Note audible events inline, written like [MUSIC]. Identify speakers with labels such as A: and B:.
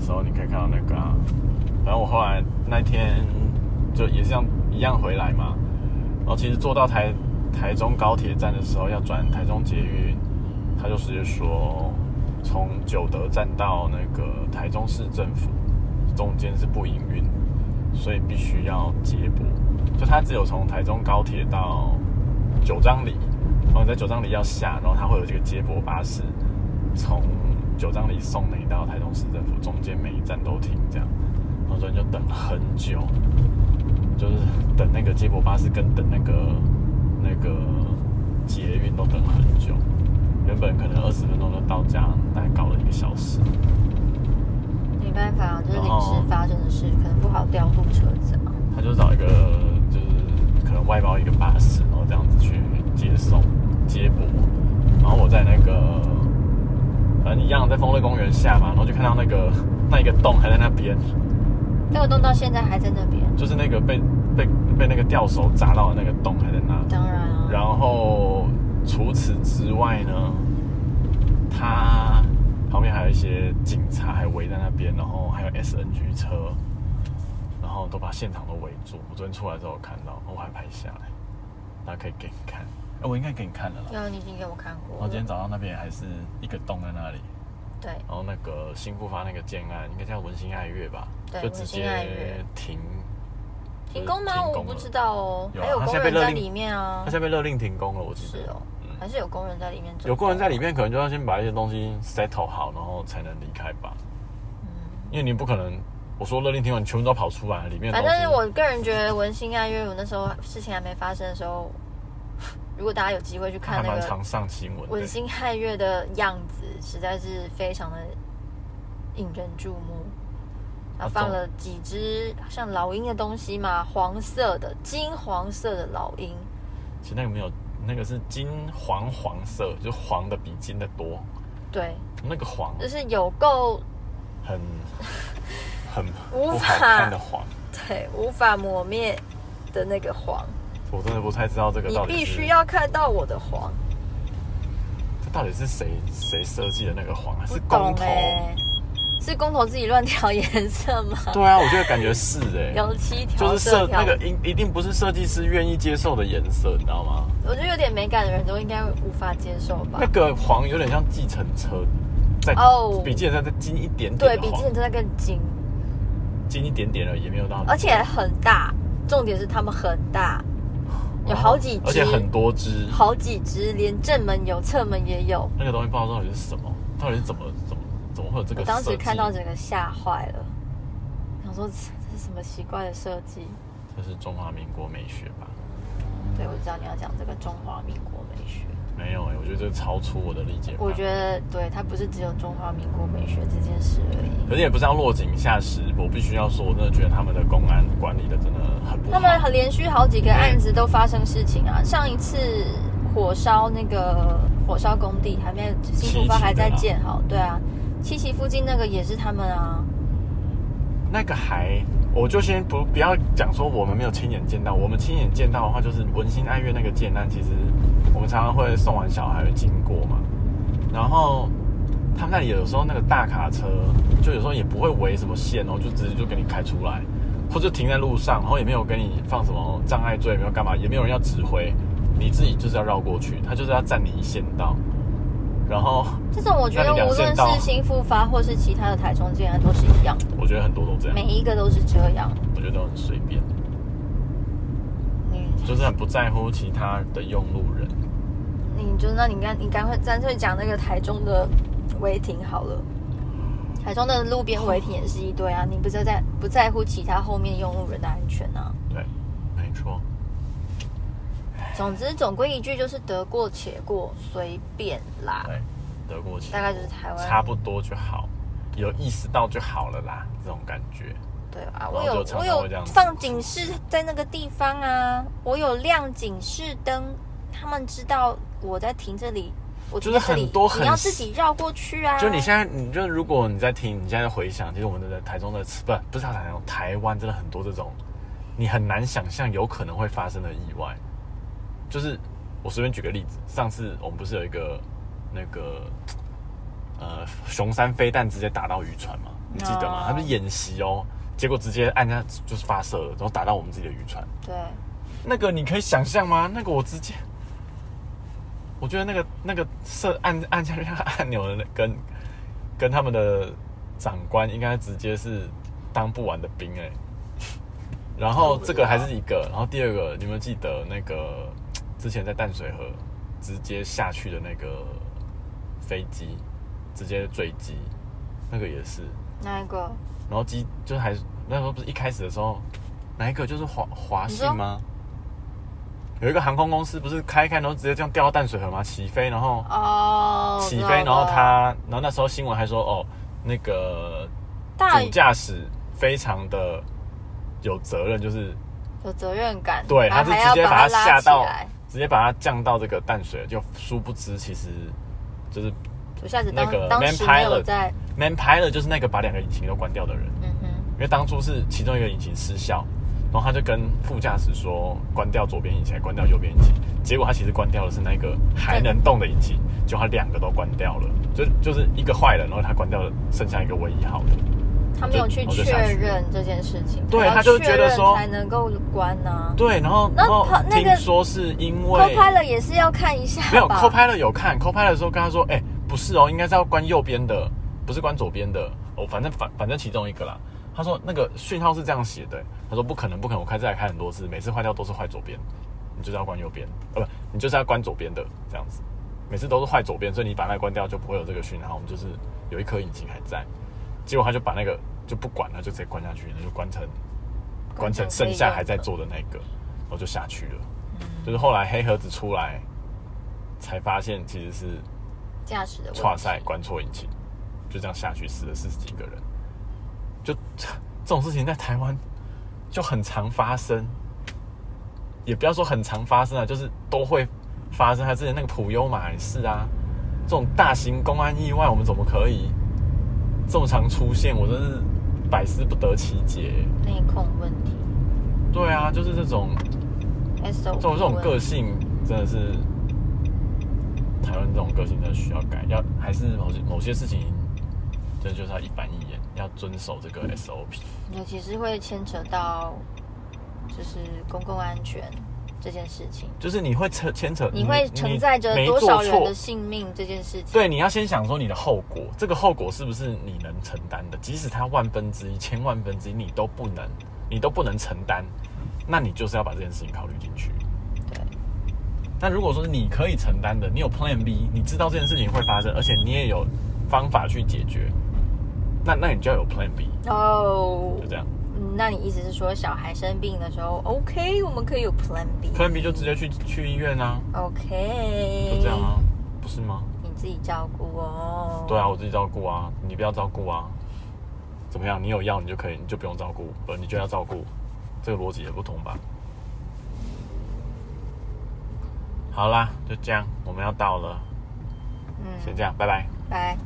A: 时候，你可以看到那个、啊。反正我后来那天就也是这样一样回来嘛。然后其实坐到台台中高铁站的时候，要转台中捷运，他就直接说从九德站到那个台中市政府中间是不营运，所以必须要接驳。就他只有从台中高铁到九张里，然后你在九张里要下，然后他会有这个接驳巴士从九张里送你到台中市政府，中间每一站都停这样。然后所以你就等很久，就是等那个接驳巴士跟等那个那个捷运都等很久，原本可能二十分钟就到家，大概搞了一个小时。
B: 没办法，就是临
A: 然
B: 时
A: 后
B: 发生的事，可能不好调度车子嘛。
A: 他就找一个就是可能外包一个巴士，然后这样子去接送接驳。然后我在那个反正一样在丰乐公园下嘛，然后就看到那个那一个洞还在那边，
B: 那个洞到现在还在那边，
A: 就是那个被被被那个吊手砸到的那个洞还在那。
B: 当然啊。
A: 然后除此之外呢，他旁边还有一些警察还围在那边，然后还有 SNG 车，然后都把现场都围住。我昨天出来之后看到，哦我还拍下来，大家可以给你看。哎、我应该给你看了啦。
B: 有你已经给我看过
A: 然
B: 了。
A: 哦后今天早上那边还是一个洞在那里，
B: 对，
A: 然后那个新复发那个建案应该叫文心爱乐吧，
B: 对
A: 就直
B: 文心爱
A: 接
B: 乐
A: 停
B: 停工吗？我不知。道哦，
A: 有啊
B: 还有
A: 它
B: 工
A: 现在被
B: 人在
A: 勒令
B: 里面
A: 它
B: 啊。
A: 现在被勒令停工了，我记
B: 是
A: 得。
B: 哦，
A: 嗯
B: 还是有工人在里面做。
A: 有工人在里面，可能就要先把一些东西 settle 好，然后才能离开吧。
B: 嗯，
A: 因为你不可能，我说勒令听完，你全部都跑出来，里面的
B: 反
A: 东西
B: 正我个人觉得文心爱乐，因为我那时候事情还没发生的时候， [LAUGHS] 如果大家有机会去
A: 还
B: 看那
A: 蛮
B: 个
A: 常上新闻
B: 文
A: 的。
B: 心爱乐的样子，实在是非常的引人注目。然后放了几只像老鹰的东西嘛，黄色的、金黄色的老鹰，
A: 其实那个没有，那个是金黄黄色，就是黄的比金的多，
B: 对，
A: 那个黄
B: 就是有够 [LAUGHS]
A: 很很
B: 无法
A: 不好看的黄。
B: 对无法磨灭的那个黄，
A: 我真的不太知道这个
B: 你
A: 到底
B: 必
A: 是
B: 须要看到我的黄。
A: 这到底是谁谁设计的那个黄，还
B: 不
A: 是
B: 懂
A: 公投？
B: 哎、是工头自己乱调颜色吗？
A: 对啊，我觉得感觉是哎、
B: 油漆调
A: 就是
B: 色
A: 设
B: 调，
A: 那个一一定不是设计师愿意接受的颜色，你知道吗？
B: 我觉得有点美感的人都应该无法接受吧
A: 那。个黄有点像计程车，在
B: 啊哦
A: 比计程车再近一点点
B: 对
A: 的
B: 比
A: 黄
B: 之前真的更精，
A: 近一点点了，也没有到很多，
B: 而且很大，重点是它们很大，有好几只
A: 哦而且很多只，
B: 好几只，连正门有，侧门也有。
A: 那个东西不知道到底是什么，到底是怎么怎么怎么会有这
B: 我
A: 个
B: 当时
A: 设计
B: 看到整个吓坏了，想说这这是什么奇怪的设计？
A: 这是中华民国美学吧？
B: 对，我知道你要讲这个中华民国美学。
A: 没有哎、我觉得这超出我的理解。
B: 我觉，得对，它不是只有中华民国美学这件事而已。
A: 可是也不是要落井下石，我必须要说，我真的觉得他们的公安管理的真的很不好。
B: 他们很连续好几个案子都发生事情啊，上一次火烧那个火烧工地还没有新复发还在建好，对啊，七期附近那个也是他们啊，
A: 那个还，我就先不不要讲说我们没有亲眼见到，我们亲眼见到的话，就是文心爱乐那个建案，其实我们常常会送完小孩会经过嘛，然后他们那里有时候那个大卡车，就有时候也不会围什么线哦，就直接就给你开出来，或者停在路上，然后也没有给你放什么障碍罪，没有干嘛，也没有人要指挥，你自己就是要绕过去，他就是要占你一线道，然后
B: 这种我觉得
A: 那你两
B: 无论
A: 线道
B: 是新复发或是其他的台中建案都是一样的，
A: 我觉得很多都这样
B: 每，一个都是这样。
A: 我觉得都很随便。
B: 你
A: 就是很不在乎其他的用路人。
B: 你就那你干你干脆干脆讲那个台中的违停好了。台中的路边违停也是一堆啊，你不是在不在乎其他后面用路人的安全啊？
A: 对，没错。
B: 总之，总归一句就是得过且过，随便啦。
A: 对，得过且过
B: 大概就是台湾
A: 差不多就好，有意识到就好了啦，这种感觉。
B: 对啊，
A: 然后
B: 我
A: 就
B: 有
A: 常常
B: 我
A: 会这
B: 有
A: 样子
B: 放警示在那个地方啊，我有亮警示灯，他们知道我在停这里，我停
A: 就是
B: 这里
A: 很多很
B: 你要自己绕过去啊。
A: 就你现在，你就如果你在听，你现在回想，其实我们的台中的不不是台中，台湾真的很多这种，你很难想象有可能会发生的意外。就是我随便举个例子，上次我们不是有一个那个呃熊山飞弹直接打到渔船嘛，你记得吗
B: 哦？
A: 他们是演习哦，结果直接按下就是发射了，然后打到我们自己的渔船。
B: 对，
A: 那个你可以想象吗？那个我直接，我觉得那个那个射按按下去那个按钮的那跟跟他们的长官应该直接是当不完的兵哎、 [LAUGHS] 然后这个还是一个，然后第二个，你们记得那个之前在淡水河直接下去的那个飞机，直接坠机，那个也是，
B: 那一个？
A: 然后机就是还是那时候不是一开始的时候，哪一个就是华华信吗？有一个航空公司不是开一开，然后直接这样掉到淡水河吗？起飞，然后
B: 哦，
A: 起
B: 我
A: 飞，
B: 知
A: 然
B: 道
A: 后他，然后那时候新闻还说哦，那个
B: 大
A: 主驾驶非常的有责任，就是
B: 有责任感，
A: 对，
B: 然
A: 他是
B: 后啊还
A: 直
B: 要
A: 接
B: 把
A: 把
B: 拉
A: 吓
B: 起
A: 到
B: 来，
A: 直接把他降到这个淡水，就殊不知其实就是
B: 主下子当
A: 那个
B: 当
A: man
B: 时没有
A: pilot
B: 在，
A: man pilot 就是那个把两个引擎都关掉的人。
B: 嗯哼，
A: 因为当初是其中一个引擎失效，然后他就跟副驾驶说关掉左边引擎，关掉右边引擎。结果他其实关掉的是那个还能动的引擎，就他两个都关掉了，就就是一个坏了，然后他关掉了剩下一个唯一好的。
B: 他没有去
A: 我就
B: 确
A: 下去
B: 认这件事情，
A: 对
B: 要
A: 他就觉得
B: 确认
A: 说
B: 才能够关啊呐。
A: 对，然后
B: 那
A: 然后
B: 他那
A: 听
B: 个
A: 说是因为
B: co p i l 也是要看一下吧，
A: 没有 co 拍了有看 co 拍了的时候跟他说，哎、不是哦，应该是要关右边的，不是关左边的。哦，反正反反正其中一个啦。他说那个讯号是这样写的、他说不可能不可能，我开这台开很多次，每次坏掉都是坏左边，你就是要关右边，呃不，你就是要关左边的这样子，每次都是坏左边，所以你把那个关掉就不会有这个讯号，我们就是有一颗引擎还在。结果他就把那个就不管了，就直接关下去，那就关成关成剩下还在做的那个，然后就下去了。就是后来黑盒子出来，才发现其实是
B: 驾驶的问题
A: 跨赛关错引擎，就这样下去死了四十几个人。就 [LAUGHS] 这种事情在台湾就很常发生，也不要说很常发生啊，就是都会发生。还啊有之前那个普悠玛也是啊，这种大型公安意外，我们怎么可以这么常出现？我真是百思不得其解。
B: 内控问题
A: 对啊，就是这种
B: ，S O
A: 这种这种个性真的是台湾这种个性真的需要改，要还是某些某些事情，真的就是要一板一眼，要遵守这个 SOP。
B: 尤其是会牵扯到就是公共安全这件事情，
A: 就是你会扯牵扯，
B: 你会承载着
A: 没
B: 多
A: 做
B: 少人
A: 错
B: 的，性命这件事情，
A: 对，你要先想说你的后果，这个后果是不是你能承担的？即使它万分之一、千万分之一，你都不能，你都不能承担，那你就是要把这件事情考虑进去。
B: 对
A: 那如果说是你可以承担的，你有 Plan B，你知道这件事情会发生，而且你也有方法去解决，那那你就要有 Plan B，
B: 哦
A: 就这样。
B: 嗯那你意思是说，小孩生病的时候，OK，我们可以有 Plan B，OK，、
A: Plan B 就直接去去医院啊，就这样啊，不是吗？
B: 你自己照顾哦。
A: 对啊，我自己照顾啊，你不要照顾啊，怎么样？你有药你就可以，你就不用照顾，呃，你就要照顾，这个逻辑也不通吧？好啦，就这样，我们要到了，
B: 嗯，
A: 先这样，拜拜。
B: 拜。